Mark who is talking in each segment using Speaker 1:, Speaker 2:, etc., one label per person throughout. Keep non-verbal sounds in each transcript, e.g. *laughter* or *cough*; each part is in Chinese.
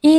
Speaker 1: 医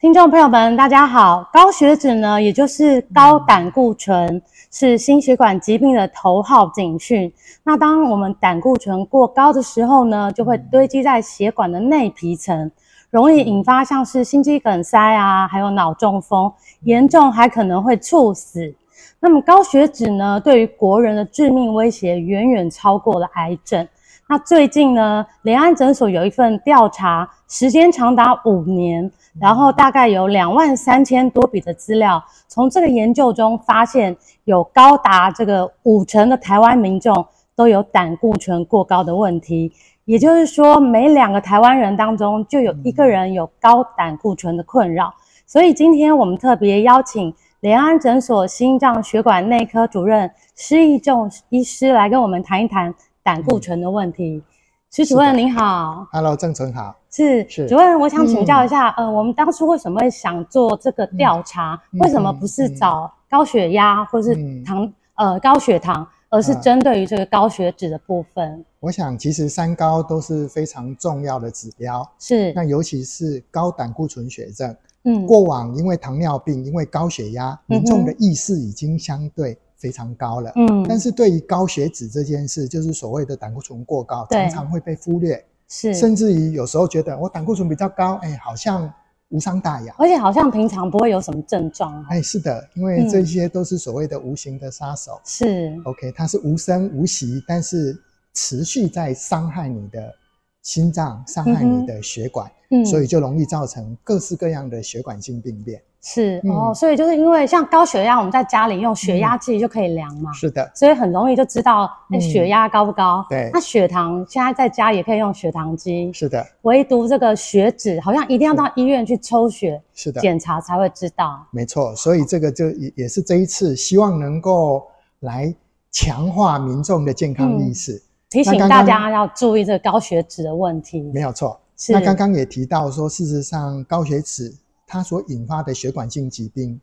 Speaker 1: 听众朋友们，大家好。高血脂呢，也就是高胆固醇，是心血管疾病的头号警讯。那当我们胆固醇过高的时候呢，就会堆积在血管的内皮层，容易引发像是心肌梗塞啊，还有脑中风，严重还可能会猝死。那么高血脂呢，对于国人的致命威胁远远超过了癌症。那最近呢，联安诊所有一份调查，时间长达五年，然后大概有两万三千多笔的资料。从这个研究中发现，有高达这个五成的台湾民众都有胆固醇过高的问题，也就是说，每两个台湾人当中就有一个人有高胆固醇的困扰。所以今天我们特别邀请联安诊所心脏血管内科主任施义仲医师来跟我们谈一谈胆固醇的问题。施主任您好，
Speaker 2: Hello，郑成好。
Speaker 1: 是
Speaker 2: 是嗯
Speaker 1: 主任，我想请教一下，呃，我们当初为什么会想做这个调查？
Speaker 2: 嗯
Speaker 1: 为什么不是找高血压或是
Speaker 2: 嗯
Speaker 1: 糖、呃高血糖，而是
Speaker 2: 嗯
Speaker 1: 针对于这个高血脂的部分？
Speaker 2: 我想其实三高都是非常重要的指标，
Speaker 1: 是
Speaker 2: 那尤其是高胆固醇血症。
Speaker 1: 嗯
Speaker 2: 过往因为糖尿病、因为高血压，
Speaker 1: 嗯哼
Speaker 2: 民众的意识已经相对非常高了。但
Speaker 1: 嗯
Speaker 2: 是对于高血脂这件事，就是所谓的胆固醇过高，
Speaker 1: 对
Speaker 2: 常常会被忽略，
Speaker 1: 是
Speaker 2: 甚至于有时候觉得我胆固醇比较高，哎，好像无伤大雅。
Speaker 1: 而且好像平常不会有什么症状哦，
Speaker 2: 哎，是的，因为
Speaker 1: 嗯
Speaker 2: 这些都是所谓的无形的杀手。
Speaker 1: 是
Speaker 2: OK，它是无声无息，但是持续在伤害你的心脏，伤害
Speaker 1: 嗯
Speaker 2: 你
Speaker 1: 哼
Speaker 2: 的血管，
Speaker 1: 嗯，
Speaker 2: 所以就容易造成各式各样的血管性病变。
Speaker 1: 是、
Speaker 2: 嗯
Speaker 1: 哦，所以就是因为像高血压，我们在家里用血压计就可以量嘛，
Speaker 2: 是的，
Speaker 1: 所以很容易就知道那
Speaker 2: 嗯
Speaker 1: 血压高不高。
Speaker 2: 对
Speaker 1: 那血糖现在在家也可以用血糖机，
Speaker 2: 是的，
Speaker 1: 唯独这个血脂好像一定要到医院去抽血
Speaker 2: 是的，
Speaker 1: 检查才会知道。
Speaker 2: 没错。所以这个就也也是这一次希望能够来强化民众的健
Speaker 1: 嗯
Speaker 2: 康意识，
Speaker 1: 提醒
Speaker 2: 那刚
Speaker 1: 大
Speaker 2: 刚
Speaker 1: 家要注意这个高血脂的问题。
Speaker 2: 没有错。
Speaker 1: 是
Speaker 2: 那刚刚也提到说，事实上高血脂它所引发的血管性疾病，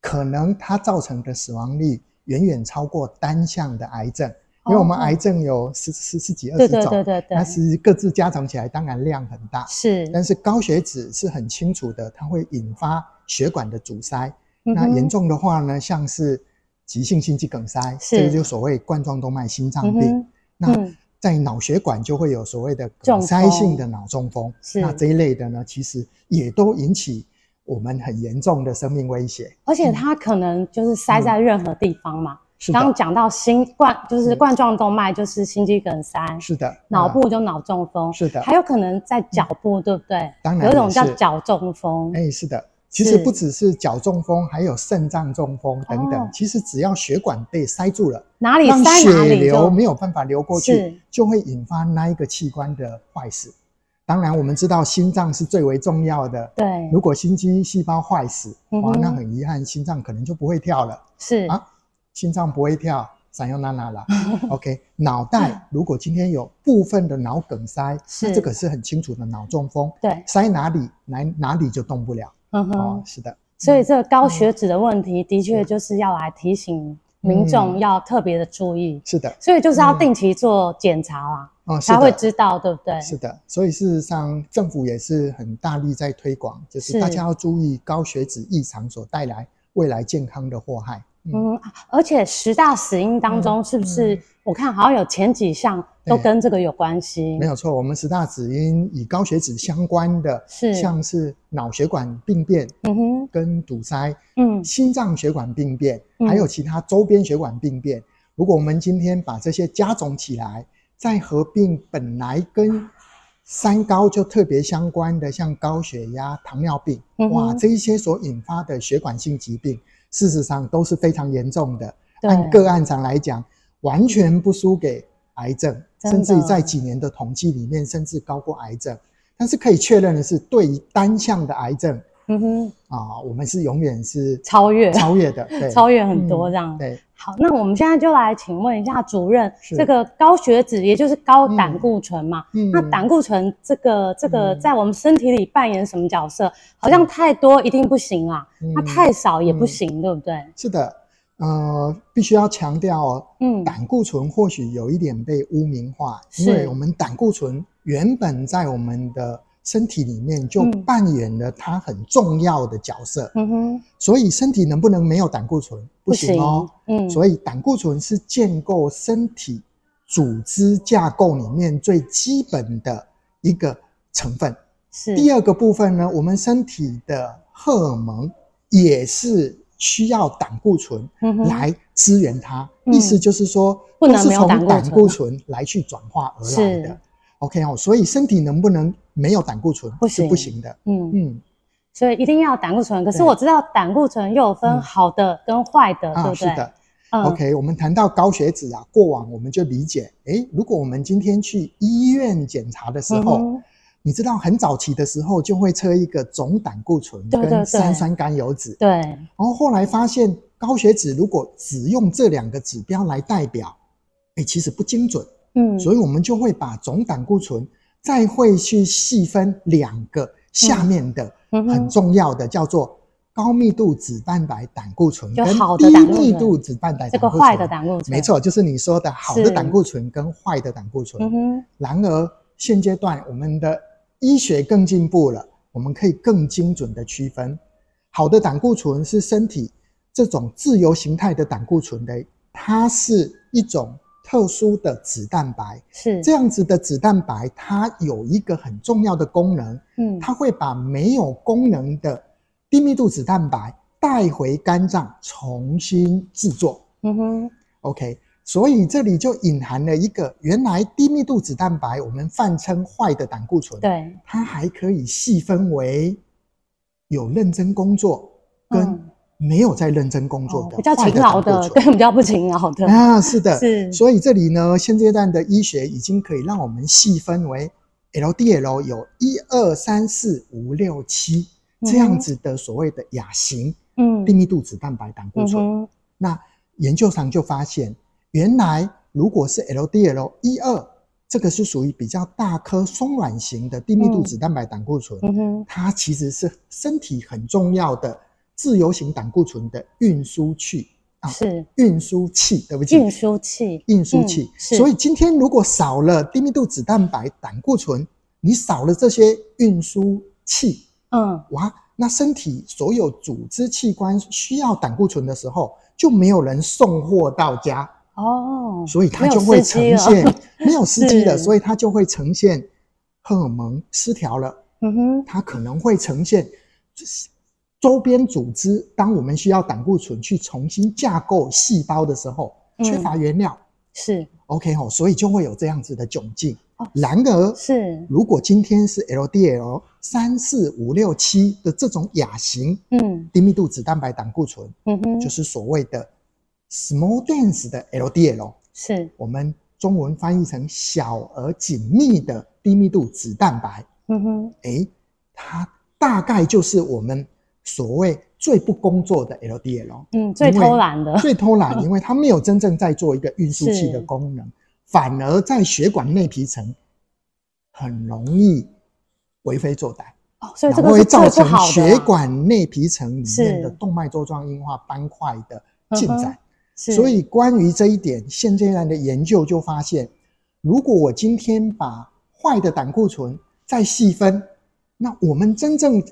Speaker 2: 可能它造成的死亡率远远超过单项的癌症，因为我们
Speaker 1: 哦
Speaker 2: 癌症有十十十几二
Speaker 1: 对
Speaker 2: 十
Speaker 1: 对对
Speaker 2: 种，
Speaker 1: 对对
Speaker 2: 那，是各自加总起来，当然量很大。
Speaker 1: 是
Speaker 2: 但是高血脂是很清楚的，它会引发血管的阻塞。那
Speaker 1: 嗯哼
Speaker 2: 严重的话呢，像是急性心肌梗塞，
Speaker 1: 是
Speaker 2: 这个就所谓冠状动脉心脏
Speaker 1: 嗯
Speaker 2: 病。
Speaker 1: 哼
Speaker 2: 那
Speaker 1: 嗯
Speaker 2: 在脑血管就会有所谓的
Speaker 1: 中风
Speaker 2: 梗塞性的脑中风，
Speaker 1: 是
Speaker 2: 那这一类的呢，其实也都引起我们很严重的生命威胁。
Speaker 1: 而且它可能就是塞在任何地方嘛。
Speaker 2: 嗯是
Speaker 1: 刚刚
Speaker 2: 的，
Speaker 1: 讲到心冠就是
Speaker 2: 嗯
Speaker 1: 冠状动脉，就是心肌梗塞，
Speaker 2: 是的，
Speaker 1: 脑
Speaker 2: 那
Speaker 1: 部就脑中风，
Speaker 2: 是的
Speaker 1: 还有可能在脚部，对不对？
Speaker 2: 当然
Speaker 1: 有一种
Speaker 2: 也
Speaker 1: 叫
Speaker 2: 是
Speaker 1: 脚中风，
Speaker 2: 哎，是的，其实
Speaker 1: 是
Speaker 2: 不只是脚中风，还有肾脏中风等等。
Speaker 1: 哦
Speaker 2: 其实只要血管被塞住了，
Speaker 1: 哪里
Speaker 2: 让
Speaker 1: 塞哪
Speaker 2: 血
Speaker 1: 里
Speaker 2: 流
Speaker 1: 就
Speaker 2: 没有办法流过
Speaker 1: 是
Speaker 2: 去，就会引发那一个器官的坏死。当然，我们知道心脏是最为重要的。
Speaker 1: 对，
Speaker 2: 如果心肌细胞坏死，哇
Speaker 1: 嗯，哼
Speaker 2: 那很遗憾，心脏可能就不会跳了。
Speaker 1: 是
Speaker 2: 啊心脏不会跳，闪又娜娜
Speaker 1: *laughs*
Speaker 2: 啦。OK，脑袋如果今天有部分的脑梗塞，
Speaker 1: 嗯是
Speaker 2: 那这个是很清楚的脑中风，
Speaker 1: 对，
Speaker 2: 塞哪里哪哪里就动不了。
Speaker 1: 嗯
Speaker 2: 哦
Speaker 1: 哼，。
Speaker 2: 是的，嗯
Speaker 1: 所以这个高血脂的问题，的确就是要来提醒民众
Speaker 2: 嗯
Speaker 1: 要特别的注意，
Speaker 2: 是的，
Speaker 1: 所以就是要
Speaker 2: 嗯
Speaker 1: 定期做检查啦，
Speaker 2: 哦，是
Speaker 1: 才会
Speaker 2: 的，
Speaker 1: 知道，对不对？
Speaker 2: 是的。所以事实上，政府也是很大力在推广，就是
Speaker 1: 是
Speaker 2: 大家要注意高血脂异常所带来未来健康的祸害。嗯，
Speaker 1: 嗯，而且十大死因当中，是不是
Speaker 2: 嗯
Speaker 1: 我看好像有前几项都
Speaker 2: 对
Speaker 1: 跟这个有关系？
Speaker 2: 没有错。我们十大死因与高血脂相关的，
Speaker 1: 是
Speaker 2: 像是脑血管病变
Speaker 1: 嗯哼，
Speaker 2: 跟堵塞。
Speaker 1: 嗯，
Speaker 2: 心脏血管病变，
Speaker 1: 嗯
Speaker 2: 还有其他周边血管病变。如果我们今天把这些加总起来，再合并本来跟三高就特别相关的，像高血压、糖尿病，
Speaker 1: 嗯哼
Speaker 2: 哇，这一些所引发的血管性疾病，事实上都是非常严重的。按
Speaker 1: 对，
Speaker 2: 个案上来讲，完全不输给癌症，
Speaker 1: 真的
Speaker 2: 甚至于在几年的统计里面，甚至高过癌症。但是可以确认的是，对于单项的癌症
Speaker 1: 嗯哼，
Speaker 2: 啊，我们是永远是
Speaker 1: 超越
Speaker 2: 超
Speaker 1: *laughs*
Speaker 2: 越的，对，
Speaker 1: 超越很多
Speaker 2: 嗯
Speaker 1: 这样。
Speaker 2: 对，
Speaker 1: 好，那我们现在就来请问一下主任，
Speaker 2: 是
Speaker 1: 这个高血脂也就是高胆固醇嘛？
Speaker 2: 嗯
Speaker 1: 那胆固醇这个这个
Speaker 2: 嗯
Speaker 1: 在我们身体里扮演什么角色？好像太多一定不行啊，那
Speaker 2: 嗯
Speaker 1: 太少也不行，对不对？
Speaker 2: 是的，呃，必须要强调哦，
Speaker 1: 嗯，
Speaker 2: 胆固醇或许有一点被污名化，因
Speaker 1: 是
Speaker 2: 为我们胆固醇原本在我们的身体里面就
Speaker 1: 嗯
Speaker 2: 扮演了它很重要的角色，
Speaker 1: 嗯哼，
Speaker 2: 所以身体能不能没有胆固醇不行哦。，
Speaker 1: 嗯，
Speaker 2: 所以胆固醇是建构身体组织架构里面最基本的一个成分。
Speaker 1: 是
Speaker 2: 第二个部分呢，我们身体的荷尔蒙也是需要胆固醇
Speaker 1: 嗯哼
Speaker 2: 来支援它，
Speaker 1: 嗯
Speaker 2: 意思就是说，
Speaker 1: 不能
Speaker 2: 都是
Speaker 1: 没有胆固
Speaker 2: 从
Speaker 1: 醇啊
Speaker 2: 胆固醇来去转化而来
Speaker 1: 是
Speaker 2: 的。OK 哦，所以身体能不能没有胆固醇
Speaker 1: 不
Speaker 2: 是
Speaker 1: 行
Speaker 2: 不行的。
Speaker 1: 嗯，
Speaker 2: 嗯
Speaker 1: 所以一定要胆固醇。可是
Speaker 2: 对
Speaker 1: 我知道胆固醇又有分
Speaker 2: 嗯
Speaker 1: 好的跟坏的，嗯对
Speaker 2: 啊，
Speaker 1: 不
Speaker 2: 是
Speaker 1: 对？
Speaker 2: 的。
Speaker 1: 嗯
Speaker 2: OK，我们谈到高血脂啊，过往我们就理解，诶，如果我们今天去医院检查的时候，
Speaker 1: 嗯哼
Speaker 2: 你知道很早期的时候就会测一个总胆固醇
Speaker 1: 对对对
Speaker 2: 跟三酸甘油脂，
Speaker 1: 对，
Speaker 2: 然后后来发现高血脂如果只用这两个指标来代表，诶，其实不精准，
Speaker 1: 嗯，
Speaker 2: 所以我们就会把总胆固醇再会去细分两个下面的
Speaker 1: 嗯哼
Speaker 2: 很重要的叫做。高密度脂蛋白胆固醇
Speaker 1: 就
Speaker 2: 跟
Speaker 1: 好的
Speaker 2: 低
Speaker 1: 胆固醇
Speaker 2: 密度脂蛋白
Speaker 1: 这
Speaker 2: 胆
Speaker 1: 个
Speaker 2: 固
Speaker 1: 坏的
Speaker 2: 醇，
Speaker 1: 胆固醇，
Speaker 2: 没，错，就是你说的好的
Speaker 1: 是
Speaker 2: 胆固醇跟坏的胆固
Speaker 1: 嗯
Speaker 2: 醇。
Speaker 1: 哼，
Speaker 2: 然而现阶段我们的医学更进步了，我们可以更精准的区分，好的胆固醇是身体这种自由形态的胆固醇的，它是一种特殊的脂蛋白。
Speaker 1: 是
Speaker 2: 这样子的脂蛋白，它有一个很重要的功能，
Speaker 1: 嗯，
Speaker 2: 它会把没有功能的低密度脂蛋白带回肝脏重新制作。
Speaker 1: 嗯哼，
Speaker 2: OK，所以这里就隐含了一个原来低密度脂蛋白，我们泛称坏的胆固醇，
Speaker 1: 对，
Speaker 2: 它还可以细分为有认真工作跟
Speaker 1: 嗯
Speaker 2: 没有在认真工
Speaker 1: 哦
Speaker 2: 作的
Speaker 1: 比较
Speaker 2: 坏
Speaker 1: 勤劳的
Speaker 2: 胆，固
Speaker 1: 跟
Speaker 2: 醇。
Speaker 1: 比较不勤劳的，
Speaker 2: 啊，是的，
Speaker 1: 是
Speaker 2: 所以这里呢，现阶段的医学已经可以让我们细分为 LDL 有一二三四五六七这
Speaker 1: 嗯
Speaker 2: 样
Speaker 1: 哼
Speaker 2: 子的所谓的亚型
Speaker 1: 嗯
Speaker 2: 低密度脂蛋白胆固
Speaker 1: 嗯
Speaker 2: 醇。
Speaker 1: 哼，
Speaker 2: 那研究上就发现，原来如果是 LDL 一二，这个是属于比较大颗松软型的低密度
Speaker 1: 嗯
Speaker 2: 脂蛋白胆固醇，
Speaker 1: 嗯哼，
Speaker 2: 它其实是身体很重要的自由型胆固醇的运输器啊，
Speaker 1: 是
Speaker 2: 运输器，对不起，
Speaker 1: 运输器，
Speaker 2: 运输器。
Speaker 1: 嗯是
Speaker 2: 所以今天如果少了低密度脂蛋白胆固醇，你少了这些运输器，
Speaker 1: 嗯，
Speaker 2: 哇，那身体所有组织器官需要胆固醇的时候，就没有人送货到家，
Speaker 1: 哦，
Speaker 2: 所以它
Speaker 1: 没有
Speaker 2: 就会
Speaker 1: 司机
Speaker 2: 呈
Speaker 1: 了
Speaker 2: 现 *laughs* 没有司机了，
Speaker 1: 是
Speaker 2: 所以它就会呈现荷尔蒙失调了，
Speaker 1: 嗯哼，
Speaker 2: 它可能会呈现周边组织。当我们需要胆固醇去重新架构细胞的时候，
Speaker 1: 嗯
Speaker 2: 缺乏原料、
Speaker 1: 是
Speaker 2: o k 吼，所以就会有这样子的窘境
Speaker 1: 哦。
Speaker 2: 然而，
Speaker 1: 是，
Speaker 2: 如果今天是 LDL 三四五六七的这种亚型
Speaker 1: 嗯
Speaker 2: 低密度脂蛋白胆固醇，
Speaker 1: 嗯哼，
Speaker 2: 就是所谓的 small dense 的 LDL，
Speaker 1: 是，
Speaker 2: 我们中文翻译成小而紧密的低密度脂蛋白。
Speaker 1: 嗯哼，
Speaker 2: 诶，它大概就是我们所谓最不工作的 LDL，
Speaker 1: 嗯，最
Speaker 2: 因为
Speaker 1: 偷懒的，
Speaker 2: 最偷懒，因为它没有真正在做一个运输器的
Speaker 1: 是
Speaker 2: 功能，反而在血管内皮层很容易为非作歹。
Speaker 1: 哦，所以这
Speaker 2: 然
Speaker 1: 个
Speaker 2: 后
Speaker 1: 是
Speaker 2: 会造
Speaker 1: 最
Speaker 2: 成
Speaker 1: 不好的啊
Speaker 2: 血管内皮层里面的
Speaker 1: 是
Speaker 2: 动脉粥状硬化斑块的进
Speaker 1: 嗯哼
Speaker 2: 展。
Speaker 1: 是
Speaker 2: 所以关于这一点，现阶段的研究就发现，如果我今天把坏的胆固醇再细分，那我们真正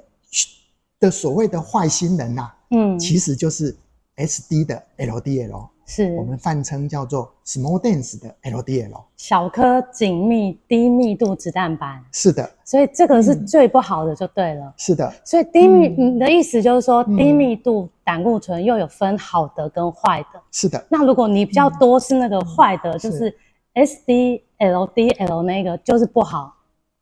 Speaker 2: 的所谓的坏心人呐、啊
Speaker 1: 嗯，
Speaker 2: 其实就是 SD 的 LDL，
Speaker 1: 是
Speaker 2: 我们泛称叫做 small dense 的 LDL。
Speaker 1: 小颗紧密低密度脂蛋白，
Speaker 2: 是的，
Speaker 1: 所以这个是
Speaker 2: 嗯
Speaker 1: 最不好的，就对了。
Speaker 2: 是的，
Speaker 1: 所以低密，
Speaker 2: 嗯
Speaker 1: 你的意思就是说，
Speaker 2: 嗯
Speaker 1: 低密度胆固醇又有分好的跟坏的。
Speaker 2: 是的，
Speaker 1: 那如果你比较
Speaker 2: 嗯
Speaker 1: 多是那个坏的，就是 SDL、DL 那个就是不好，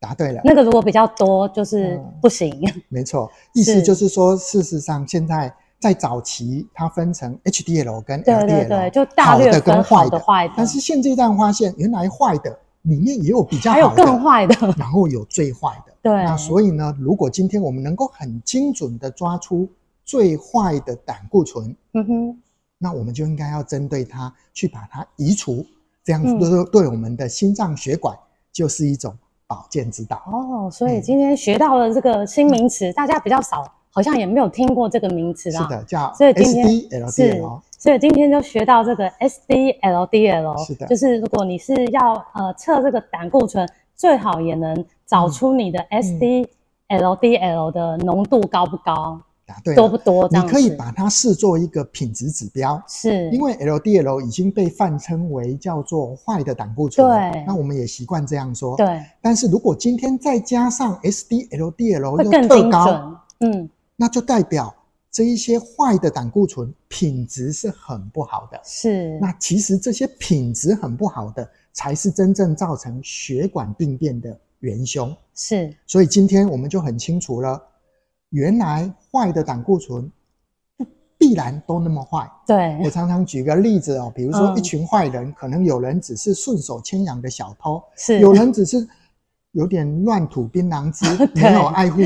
Speaker 2: 答对了。
Speaker 1: 那
Speaker 2: 嗯
Speaker 1: 个如果比较多就是不行。 *laughs*
Speaker 2: 没错，意思
Speaker 1: 是
Speaker 2: 就是说，事实上现在在早期它分成 HDL 跟
Speaker 1: 对对
Speaker 2: LDL，
Speaker 1: 对，就大
Speaker 2: 好
Speaker 1: 略
Speaker 2: 的
Speaker 1: 分
Speaker 2: 跟
Speaker 1: 好
Speaker 2: 坏
Speaker 1: 的
Speaker 2: 的。
Speaker 1: 坏的，
Speaker 2: 但是现阶段发现，原来坏的里面也有比较
Speaker 1: 还有
Speaker 2: 好的，
Speaker 1: 更坏的，
Speaker 2: *laughs* 然后有最坏的。
Speaker 1: 对，
Speaker 2: 那所以呢，如果今天我们能够很精准的抓出最坏的胆固醇，
Speaker 1: 嗯哼，
Speaker 2: 那我们就应该要针对它去把它移除，这样
Speaker 1: 嗯
Speaker 2: 子对对我们的心脏血管就是一种保健之道。
Speaker 1: 哦，所以
Speaker 2: 嗯
Speaker 1: 今天学到了这个新名词，大家比较少，好像也没有听过这个名词
Speaker 2: 是
Speaker 1: 啊。
Speaker 2: 的，叫
Speaker 1: 所以今天是
Speaker 2: SDLDL。
Speaker 1: 所以今天就学到这个 SDLDL，
Speaker 2: 是的
Speaker 1: 就是如果你是要呃测这个胆固醇，最好也能
Speaker 2: 嗯
Speaker 1: 找出你的 SDLDL 的浓度高不高、
Speaker 2: 答对
Speaker 1: 多不
Speaker 2: 了，
Speaker 1: 多哦这
Speaker 2: 你
Speaker 1: 样子。
Speaker 2: 可以把它视作一个品质指标。
Speaker 1: 是，
Speaker 2: 因为 LDL 已经被泛称为叫做坏的胆固醇，
Speaker 1: 对
Speaker 2: 那我们也习惯这样说。，
Speaker 1: 对
Speaker 2: 但是如果今天再加上 SDLDL
Speaker 1: 会
Speaker 2: 又
Speaker 1: 更
Speaker 2: 特
Speaker 1: 精
Speaker 2: 高，
Speaker 1: 准。嗯，
Speaker 2: 那就代表这一些坏的胆固醇品质是很不好的。
Speaker 1: 是
Speaker 2: 那其实这些品质很不好的，才是真正造成血管病变的元凶。
Speaker 1: 是，
Speaker 2: 所以今天我们就很清楚了，原来坏的胆固醇不必然都那么坏。我
Speaker 1: 对
Speaker 2: 常常举个例子哦，比如说
Speaker 1: 嗯
Speaker 2: 一群坏人，可能有人只是顺手牵羊的小偷，
Speaker 1: 是
Speaker 2: 有人只是有点乱吐槟榔汁， *laughs* 没有爱护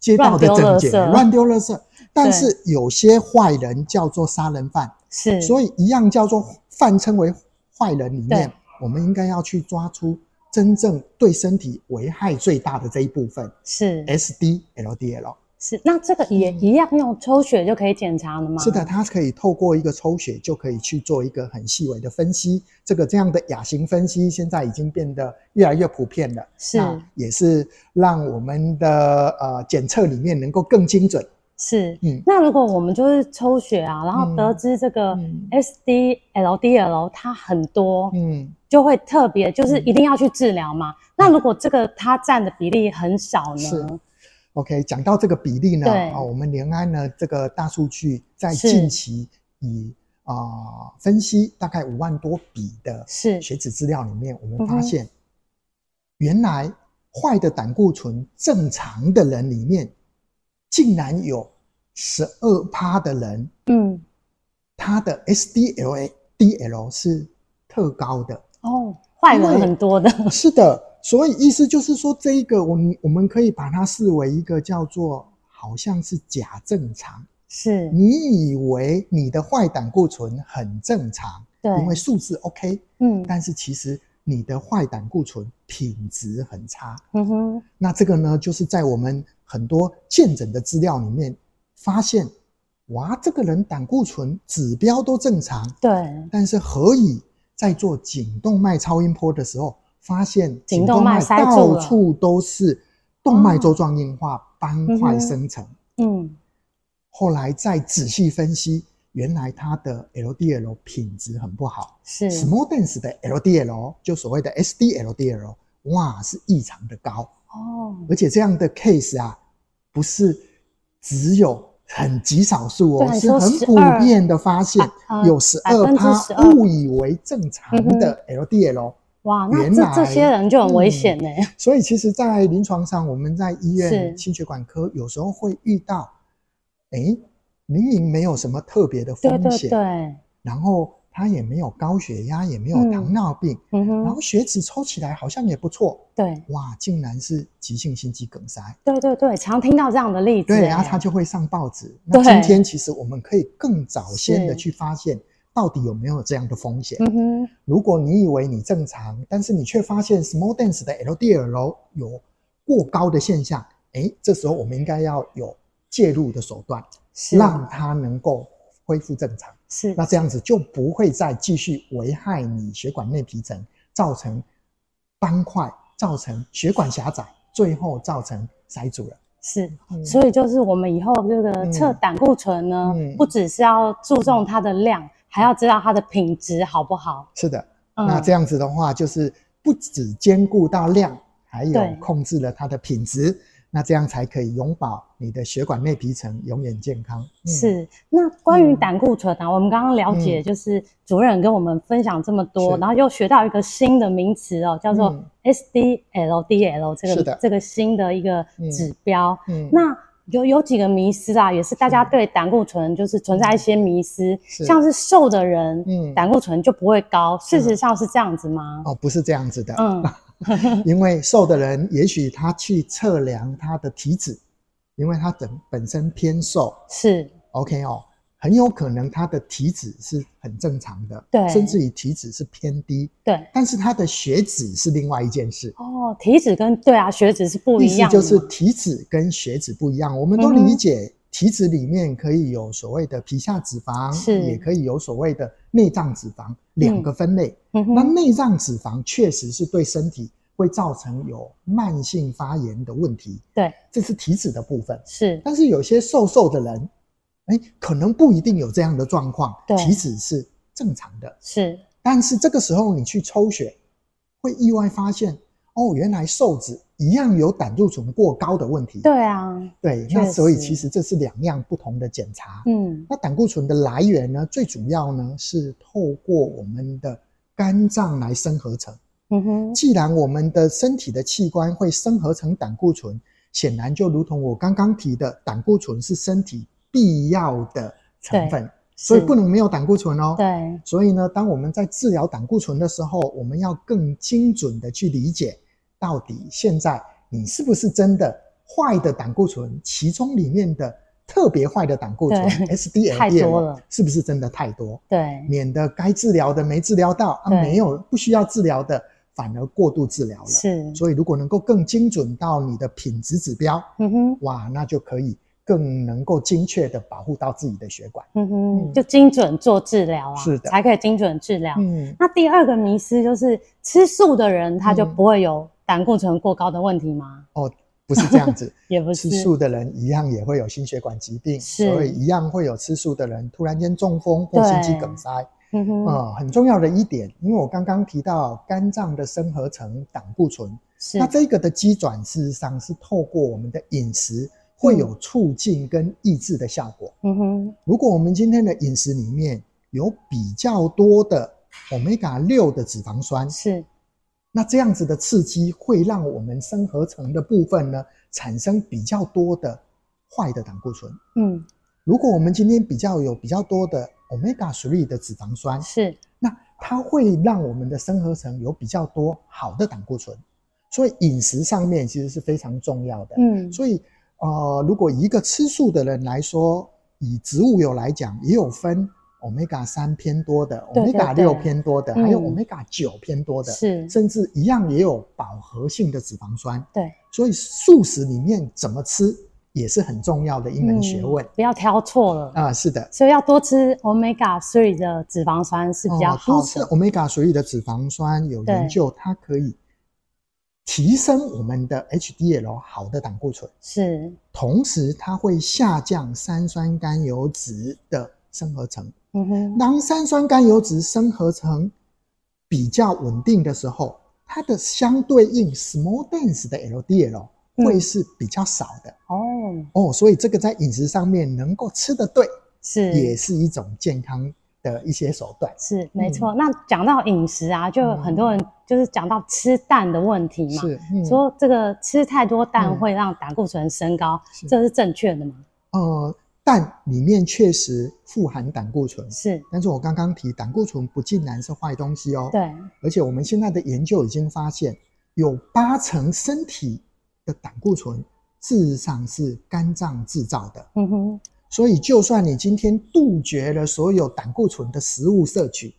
Speaker 2: 街道的整洁，
Speaker 1: 乱
Speaker 2: 乱丢垃圾。但是有些坏人叫做杀人犯，
Speaker 1: 是，
Speaker 2: 所以一样叫做泛称为坏人里面
Speaker 1: 对，
Speaker 2: 我们应该要去抓出真正对身体危害最大的这一部分
Speaker 1: 是
Speaker 2: （SDLDL）。
Speaker 1: 是，那这个也
Speaker 2: 哎嗯
Speaker 1: 一样用抽血就可以检查了吗？
Speaker 2: 是的，，它可以透过一个抽血就可以去做一个很细微的分析。这个这样的亚型分析现在已经变得越来越普遍了，
Speaker 1: 是
Speaker 2: 那也是让我们的呃检测里面能够更精准。
Speaker 1: 是。
Speaker 2: 嗯
Speaker 1: 那如果我们就是抽血啊，然后得
Speaker 2: 嗯
Speaker 1: 知这个
Speaker 2: 嗯
Speaker 1: SDLDL 它很多，
Speaker 2: 嗯，
Speaker 1: 就会特别就是
Speaker 2: 嗯
Speaker 1: 一定要去治疗嘛。那如果这个它占的比例很少
Speaker 2: 是
Speaker 1: 呢？
Speaker 2: OK，讲到这个比例呢，
Speaker 1: 对
Speaker 2: 啊、我们联安呢这个大数据在
Speaker 1: 是
Speaker 2: 近期以啊、呃分析大概五万多笔的
Speaker 1: 是
Speaker 2: 血脂资料里面，我
Speaker 1: 嗯
Speaker 2: 们
Speaker 1: 哼
Speaker 2: 发现，原来坏的胆固醇正常的人里面，竟然有十二趴的人，
Speaker 1: 嗯，
Speaker 2: 他的 SDL DL 是特高的。
Speaker 1: *laughs* 哦，坏
Speaker 2: 因
Speaker 1: 人
Speaker 2: 为
Speaker 1: 很多的，
Speaker 2: 是的，所以意思就是说，这一个我们我们可以把它视为一个叫做好像是假正常。
Speaker 1: 是，
Speaker 2: 你以为你的坏胆固醇很正常，
Speaker 1: 对，
Speaker 2: 因为数字 OK，
Speaker 1: 嗯
Speaker 2: 但是其实你的坏胆固醇品质很差。
Speaker 1: 嗯哼，
Speaker 2: 那这个呢，就是在我们很多见诊的资料里面发现，哇，这个人胆固醇指标都正常，
Speaker 1: 对，
Speaker 2: 但是何以在做颈动脉超音波的时候，发现
Speaker 1: 颈动脉塞住
Speaker 2: 到
Speaker 1: 了
Speaker 2: 处都是动脉粥状硬化、斑块生成？
Speaker 1: 嗯
Speaker 2: 后来再仔细分析，原来它的 LDL 品质很不好。
Speaker 1: 是，
Speaker 2: small dense 的 LDL 哦就所谓的 SDLDL，哇，哦是异常的高。
Speaker 1: 哦，
Speaker 2: 而且这样的 case 啊，不是只有很极少数
Speaker 1: 对
Speaker 2: 哦，
Speaker 1: 你
Speaker 2: 是
Speaker 1: 说
Speaker 2: 很
Speaker 1: 12
Speaker 2: 普遍的发现，
Speaker 1: 啊
Speaker 2: 有十二
Speaker 1: 12%
Speaker 2: 趴误以为正常
Speaker 1: 嗯
Speaker 2: 的 LDL。
Speaker 1: 哇，那
Speaker 2: 原
Speaker 1: 这这
Speaker 2: 来
Speaker 1: 些人就很危
Speaker 2: 嗯
Speaker 1: 险呢。
Speaker 2: 哦所以其实，在临床上，我们在医
Speaker 1: 是
Speaker 2: 院心血管科有时候会遇到，诶，明明没有什么特别的风
Speaker 1: *laughs* 对对
Speaker 2: 险，
Speaker 1: 对，
Speaker 2: 然后他也没有高血压，也没有
Speaker 1: 嗯
Speaker 2: 糖尿病，
Speaker 1: 嗯
Speaker 2: 然
Speaker 1: 哼，
Speaker 2: 后血脂抽起来好像也不错，
Speaker 1: 对。
Speaker 2: 哇，竟然是急性心肌梗塞。
Speaker 1: 对对对，常听到这样的例子欸。
Speaker 2: 对，然后它就会上报纸。
Speaker 1: 对
Speaker 2: 那今天其实我们可以更早先的
Speaker 1: 是
Speaker 2: 去发现到底有没有这样的风险。
Speaker 1: 嗯哼，
Speaker 2: 如果你以为你正常，但是你却发现 small dense 的 LDL 有过高的现象，哎，这时候我们应该要有介入的手段，
Speaker 1: 是
Speaker 2: 让它能够恢复正常。
Speaker 1: 是
Speaker 2: 那这样子就不会再继续危害你血管内皮层，造成斑块，造成血管狭窄，最后造成塞住了。
Speaker 1: 是，
Speaker 2: 嗯
Speaker 1: 所以就是我们以后这个测
Speaker 2: 嗯
Speaker 1: 胆固醇呢，
Speaker 2: 嗯
Speaker 1: 不只是要注重它的量，还要知道它的品质好不好。
Speaker 2: 是的，
Speaker 1: 嗯，
Speaker 2: 那这样子的话，就是不只兼顾到量，还
Speaker 1: 对
Speaker 2: 有控制了它的品质，那这样才可以永保你的血管内皮层永远健康。嗯、，
Speaker 1: 是，那关于
Speaker 2: 嗯
Speaker 1: 胆固醇啊，我们刚刚了解，
Speaker 2: 嗯
Speaker 1: 就是主任跟我们分享这么多，
Speaker 2: 是
Speaker 1: 然后又学到一个新的名词哦，叫做
Speaker 2: 嗯
Speaker 1: SDLDL 这
Speaker 2: 是
Speaker 1: 个
Speaker 2: 的
Speaker 1: 这个新的一个
Speaker 2: 嗯
Speaker 1: 指标。
Speaker 2: 嗯，
Speaker 1: 那有有几个迷思啊，也是大家
Speaker 2: 是
Speaker 1: 对胆固醇就是存在一些迷思，
Speaker 2: 是
Speaker 1: 像是瘦的人，
Speaker 2: 嗯啊
Speaker 1: 胆固醇就不会高，事实上是这样子吗？
Speaker 2: 哦，不是这样子的， *laughs*
Speaker 1: 嗯，
Speaker 2: 因为瘦的人也许他去测量他的体脂，因为他本本身偏瘦
Speaker 1: 是，
Speaker 2: ，OK 哦，很有可能他的体脂是很正常的，
Speaker 1: 对
Speaker 2: 甚至于体脂是偏低，
Speaker 1: 对。
Speaker 2: 但是他的血脂是另外一件事。
Speaker 1: 哦，体脂跟对啊，血脂是不
Speaker 2: 意
Speaker 1: 一
Speaker 2: 思
Speaker 1: 样的
Speaker 2: 就
Speaker 1: 嘛，
Speaker 2: 是体脂跟血脂不一样，我们都
Speaker 1: 嗯
Speaker 2: 理
Speaker 1: 哼
Speaker 2: 解体脂里面可以有所谓的皮下脂肪，
Speaker 1: 是
Speaker 2: 也可以有所谓的内脏脂肪两个分类。
Speaker 1: 嗯
Speaker 2: 那
Speaker 1: 哼，
Speaker 2: 内脏脂肪确实是对身体会造成有慢性发炎的问题，
Speaker 1: 对，
Speaker 2: 这是体脂的部分。
Speaker 1: 是
Speaker 2: 但是有些瘦瘦的人，哎，可能不一定有这样的状况，
Speaker 1: 对
Speaker 2: 体脂是正常的。
Speaker 1: 是，
Speaker 2: 但是这个时候你去抽血，会意外发现，哦，原来瘦子一样有胆固醇过高的问题。
Speaker 1: 对啊，
Speaker 2: 对
Speaker 1: 确
Speaker 2: 那所以
Speaker 1: 实
Speaker 2: 其实这是两样不同的检查。
Speaker 1: 嗯，
Speaker 2: 那胆固醇的来源呢，最主要呢是透过我们的肝脏来生合成。
Speaker 1: 嗯哼，
Speaker 2: 既然我们的身体的器官会生合成胆固醇，显然就如同我刚刚提的，胆固醇是身体必要的成分，所以
Speaker 1: 是
Speaker 2: 不能没有胆固醇哦。
Speaker 1: 对，
Speaker 2: 所以呢，当我们在治疗胆固醇的时候，我们要更精准的去理解，到底现在你是不是真的坏的胆固醇，其中里面的特别坏的胆固醇
Speaker 1: 对
Speaker 2: SDL
Speaker 1: 太多了
Speaker 2: 是不是真的太多？
Speaker 1: 对，
Speaker 2: 免得该治疗的没治疗到，啊，
Speaker 1: 对
Speaker 2: 没有不需要治疗的反而过度治疗了。
Speaker 1: 是，
Speaker 2: 所以如果能够更精准到你的品质指标，
Speaker 1: 嗯哼，
Speaker 2: 哇，那就可以更能够精确的保护到自己的血管。
Speaker 1: 嗯
Speaker 2: 嗯
Speaker 1: 哼，就精准做治疗啊，
Speaker 2: 是的
Speaker 1: 才可以精准治疗。
Speaker 2: 嗯，
Speaker 1: 那第二个迷思就是吃素的人他就
Speaker 2: 嗯
Speaker 1: 不会有胆固醇过高的问题吗？
Speaker 2: 不是这样子。
Speaker 1: 也 *laughs* 不
Speaker 2: 吃
Speaker 1: 是，
Speaker 2: 素的人一样也会有心血管疾病，
Speaker 1: 是
Speaker 2: 所以一样会有吃素的人突然间中风或心肌梗塞。
Speaker 1: 嗯哼，
Speaker 2: 呃，很重要的一点，因为我刚刚提到肝脏的生合成胆固醇，
Speaker 1: 是
Speaker 2: 那这个的机转事实上是透过我们的饮食会有促进跟抑制的效果。
Speaker 1: 嗯哼，
Speaker 2: 如果我们今天的饮食里面有比较多的 omega 六的脂肪酸，
Speaker 1: 是
Speaker 2: 那这样子的刺激会让我们生合成的部分呢产生比较多的坏的胆固醇。
Speaker 1: 嗯
Speaker 2: 如果我们今天比较有比较多的 omega 3的脂肪酸，
Speaker 1: 是
Speaker 2: 那它会让我们的生合成有比较多好的胆固醇，所以饮食上面其实是非常重要的。
Speaker 1: 嗯
Speaker 2: 所以呃，如果以一个吃素的人来说，以植物油来讲，也有分 omega 3偏多的、
Speaker 1: 对对
Speaker 2: omega
Speaker 1: 对
Speaker 2: 6偏多的，还有
Speaker 1: 嗯
Speaker 2: omega 9偏多的。
Speaker 1: 是
Speaker 2: 甚至一样也有饱和性的脂肪酸，
Speaker 1: 对，
Speaker 2: 所以素食里面怎么吃也是很重要的一门学问
Speaker 1: 嗯不要挑错了。
Speaker 2: 啊、是的，
Speaker 1: 所以要多吃 omega three 的脂肪酸是比较
Speaker 2: 哦多
Speaker 1: 好
Speaker 2: 吃
Speaker 1: 的。
Speaker 2: omega 3的脂肪酸，有研
Speaker 1: 对
Speaker 2: 究它可以提升我们的 HDL 好的胆固醇，
Speaker 1: 是，
Speaker 2: 同时它会下降三酸甘油脂的生合成。
Speaker 1: 嗯哼，
Speaker 2: 当三酸甘油脂生合成比较稳定的时候，它的相对应 small dense 的 LDL
Speaker 1: 嗯
Speaker 2: 会是比较少的、
Speaker 1: 哦，
Speaker 2: 哦，所以这个在饮食上面能够吃得对，
Speaker 1: 是
Speaker 2: 也是一种健康的一些手段。
Speaker 1: 是没错。那讲到饮食啊，就
Speaker 2: 嗯
Speaker 1: 很多人就是讲到吃蛋的问题嘛，
Speaker 2: 是，嗯
Speaker 1: 说这个吃太多蛋
Speaker 2: 嗯
Speaker 1: 会让胆固醇升高，
Speaker 2: 是
Speaker 1: 这是正确的吗？
Speaker 2: 呃，蛋里面确实富含胆固醇，
Speaker 1: 是，
Speaker 2: 但是我刚刚提胆固醇不尽然是坏东西哦。，
Speaker 1: 对，
Speaker 2: 而且我们现在的研究已经发现，有八成身体的胆固醇事实上是肝脏制造的。
Speaker 1: 嗯哼，
Speaker 2: 所以，就算你今天杜绝了所有胆固醇的食物摄取，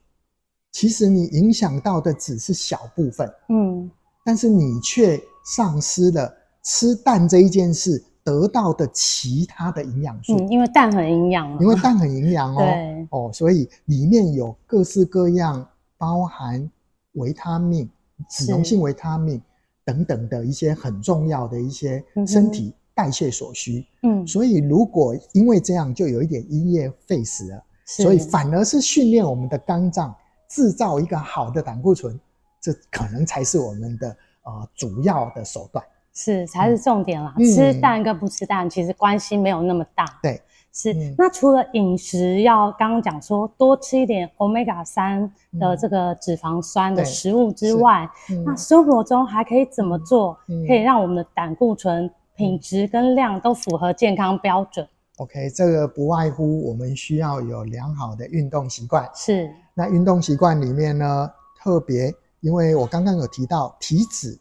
Speaker 2: 其实你影响到的只是小部分，
Speaker 1: 嗯，
Speaker 2: 但是你却丧失了吃蛋这一件事得到的其他的营养素。
Speaker 1: 嗯，因为蛋很营养嘛，
Speaker 2: 因为蛋很营养哦，
Speaker 1: 对，
Speaker 2: 哦，所以里面有各式各样包含维他命、脂溶
Speaker 1: 是
Speaker 2: 性维他命等等的一些很重要的一些
Speaker 1: 嗯哼
Speaker 2: 身体代谢所需。
Speaker 1: 嗯，
Speaker 2: 所以如果因为这样就有一点因噎废食了，
Speaker 1: 是
Speaker 2: 所以反而是训练我们的肝脏制造一个好的胆固醇，这可能才是我们的呃主要的手段。
Speaker 1: 是才是重点啦。
Speaker 2: 嗯
Speaker 1: 吃蛋跟不吃蛋其实关系没有那么大。
Speaker 2: 对，
Speaker 1: 是。
Speaker 2: 嗯
Speaker 1: 那除了饮食要刚刚讲说多吃一点 omega 三的这个脂肪酸的
Speaker 2: 嗯对
Speaker 1: 食物之
Speaker 2: 是
Speaker 1: 外，
Speaker 2: 嗯
Speaker 1: 那生活中还可以怎么做，
Speaker 2: 嗯
Speaker 1: 可以让我们的胆固醇品质跟量都符合健康标准。
Speaker 2: OK，这个不外乎我们需要有良好的运动习惯。
Speaker 1: 是，
Speaker 2: 那运动习惯里面呢，特别因为我刚刚有提到体脂，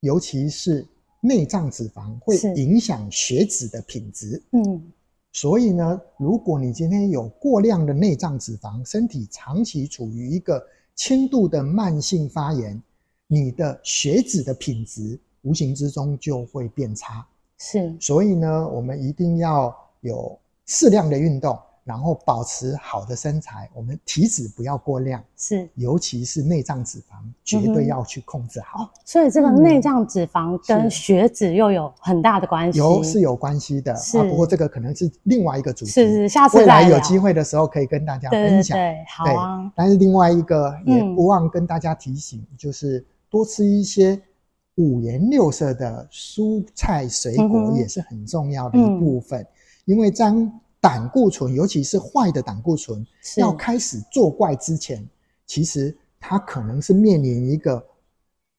Speaker 2: 尤其是内脏脂肪会
Speaker 1: 是
Speaker 2: 影响血脂的品质。
Speaker 1: 嗯，
Speaker 2: 所以呢，如果你今天有过量的内脏脂肪，身体长期处于一个轻度的慢性发炎，你的血脂的品质无形之中就会变差。
Speaker 1: 是
Speaker 2: 所以呢，我们一定要有适量的运动，然后保持好的身材。我们体脂不要过量，
Speaker 1: 是。
Speaker 2: 尤其是内脏脂肪，绝
Speaker 1: 嗯哼
Speaker 2: 对要去控制好。
Speaker 1: 哦，所以这个
Speaker 2: 嗯
Speaker 1: 内脏脂肪跟
Speaker 2: 是
Speaker 1: 血脂又有很大的关系。
Speaker 2: 有是有关系的
Speaker 1: 是
Speaker 2: 啊，不过这个可能是另外一个主题。
Speaker 1: 是是，下次
Speaker 2: 未
Speaker 1: 再
Speaker 2: 来
Speaker 1: 聊
Speaker 2: 有机会的时候可以跟大家
Speaker 1: 对对
Speaker 2: 分享。
Speaker 1: 对，好
Speaker 2: 对
Speaker 1: 啊，
Speaker 2: 但是另外一个也
Speaker 1: 嗯
Speaker 2: 不忘跟大家提醒，就是多吃一些五颜六色的蔬菜水
Speaker 1: 嗯
Speaker 2: 果
Speaker 1: 哼嗯
Speaker 2: 也是很重要的一部分，因为当胆固醇，尤其是坏的胆固醇
Speaker 1: 是
Speaker 2: 要开始作怪之前，其实它可能是面临一个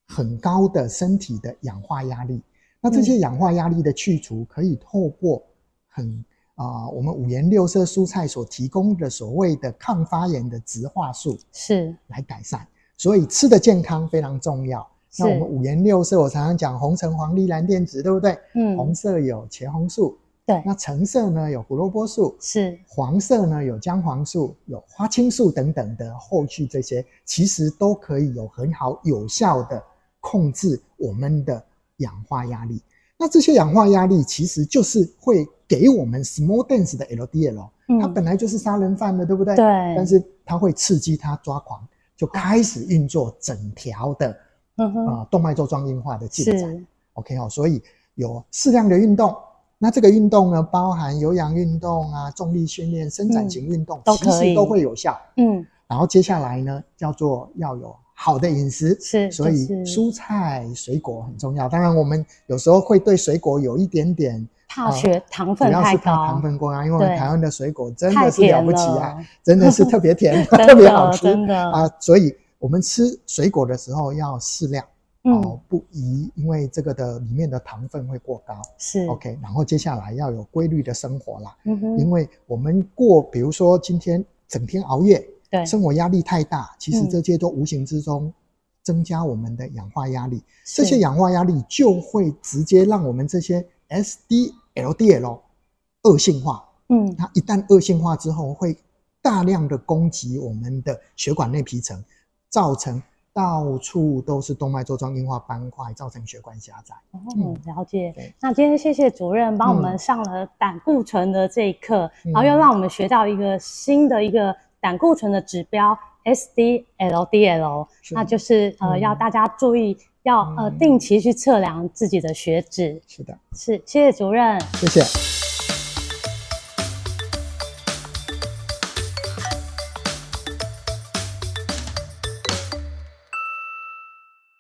Speaker 2: 很高的身体的氧化压力。那这些氧化压力的去除，可以透过很啊、我们五颜六色蔬菜所提供的所谓的抗发炎的植化素
Speaker 1: 是
Speaker 2: 来改善。所以吃的健康非常重要。
Speaker 1: 是
Speaker 2: 那我们五颜六色，我常常讲红橙黄绿蓝靛紫，对不对？红
Speaker 1: 嗯
Speaker 2: 色有茄红素，
Speaker 1: 对
Speaker 2: 那橙色呢有胡萝卜素，
Speaker 1: 是
Speaker 2: 黄色呢有姜黄素、有花青素等等的后续这些，其实都可以有很好有效的控制我们的氧化压力。那这些氧化压力其实就是会给我们 small dense 的 LDL，、它
Speaker 1: 嗯
Speaker 2: 本来就是杀人犯的，对不对？
Speaker 1: 对，
Speaker 2: 但是它会刺激它抓狂，就开始运作整条的
Speaker 1: 嗯哼
Speaker 2: 啊、呃动脉粥状硬化的进展。
Speaker 1: 是
Speaker 2: OK 哦，所以有适量的运动。那这个运动呢，包含有氧运动啊、重力训练、伸展型运动，
Speaker 1: 嗯都
Speaker 2: 其
Speaker 1: 可以
Speaker 2: 实都会有效。
Speaker 1: 嗯
Speaker 2: 然后接下来呢，叫做要有好的饮食，
Speaker 1: 是，
Speaker 2: 所以
Speaker 1: 就是
Speaker 2: 蔬菜、水果很重要。当然，我们有时候会对水果有一点点，
Speaker 1: 怕
Speaker 2: 呃
Speaker 1: 血糖
Speaker 2: 主
Speaker 1: 分
Speaker 2: 要
Speaker 1: 太
Speaker 2: 是怕
Speaker 1: 高，
Speaker 2: 糖分过高，因为我们
Speaker 1: 对
Speaker 2: 台湾的水果真
Speaker 1: 太
Speaker 2: 的是了
Speaker 1: 甜
Speaker 2: 不起啊，
Speaker 1: 了，
Speaker 2: 真的是特别甜，
Speaker 1: *laughs* 真
Speaker 2: *laughs* 特别
Speaker 1: 的
Speaker 2: 好吃
Speaker 1: 真的
Speaker 2: 啊。所以我们吃水果的时候要适量。
Speaker 1: 嗯
Speaker 2: 哦，不宜，因为这个的里面的糖分会过高。
Speaker 1: 是
Speaker 2: OK，然后接下来要有规律的生活啦，
Speaker 1: 嗯哼
Speaker 2: 因为我们过，比如说今天整天熬夜，
Speaker 1: 对
Speaker 2: 生活压力太大，其实
Speaker 1: 嗯
Speaker 2: 这些都无形之中增加我们的氧化压力，这
Speaker 1: 是
Speaker 2: 些氧化压力就会直接让我们这些 SDLDL 恶性化。
Speaker 1: 嗯
Speaker 2: 它一旦恶性化之后，会大量的攻击我们的血管内皮层，造成到处都是动脉粥状硬化斑块，造成血管狭窄。
Speaker 1: 哦，了解
Speaker 2: 嗯对。
Speaker 1: 那今天谢谢主任帮我们
Speaker 2: 嗯
Speaker 1: 上了胆固醇的这一课，
Speaker 2: 嗯
Speaker 1: 然后又让我们学到一个新的一个胆固醇的指标 SDLDL，
Speaker 2: 是
Speaker 1: 那就是呃
Speaker 2: 嗯
Speaker 1: 要大家注意要呃
Speaker 2: 嗯
Speaker 1: 定期去测量自己的血脂。
Speaker 2: 是的，
Speaker 1: 是，谢谢主任。
Speaker 2: 谢谢。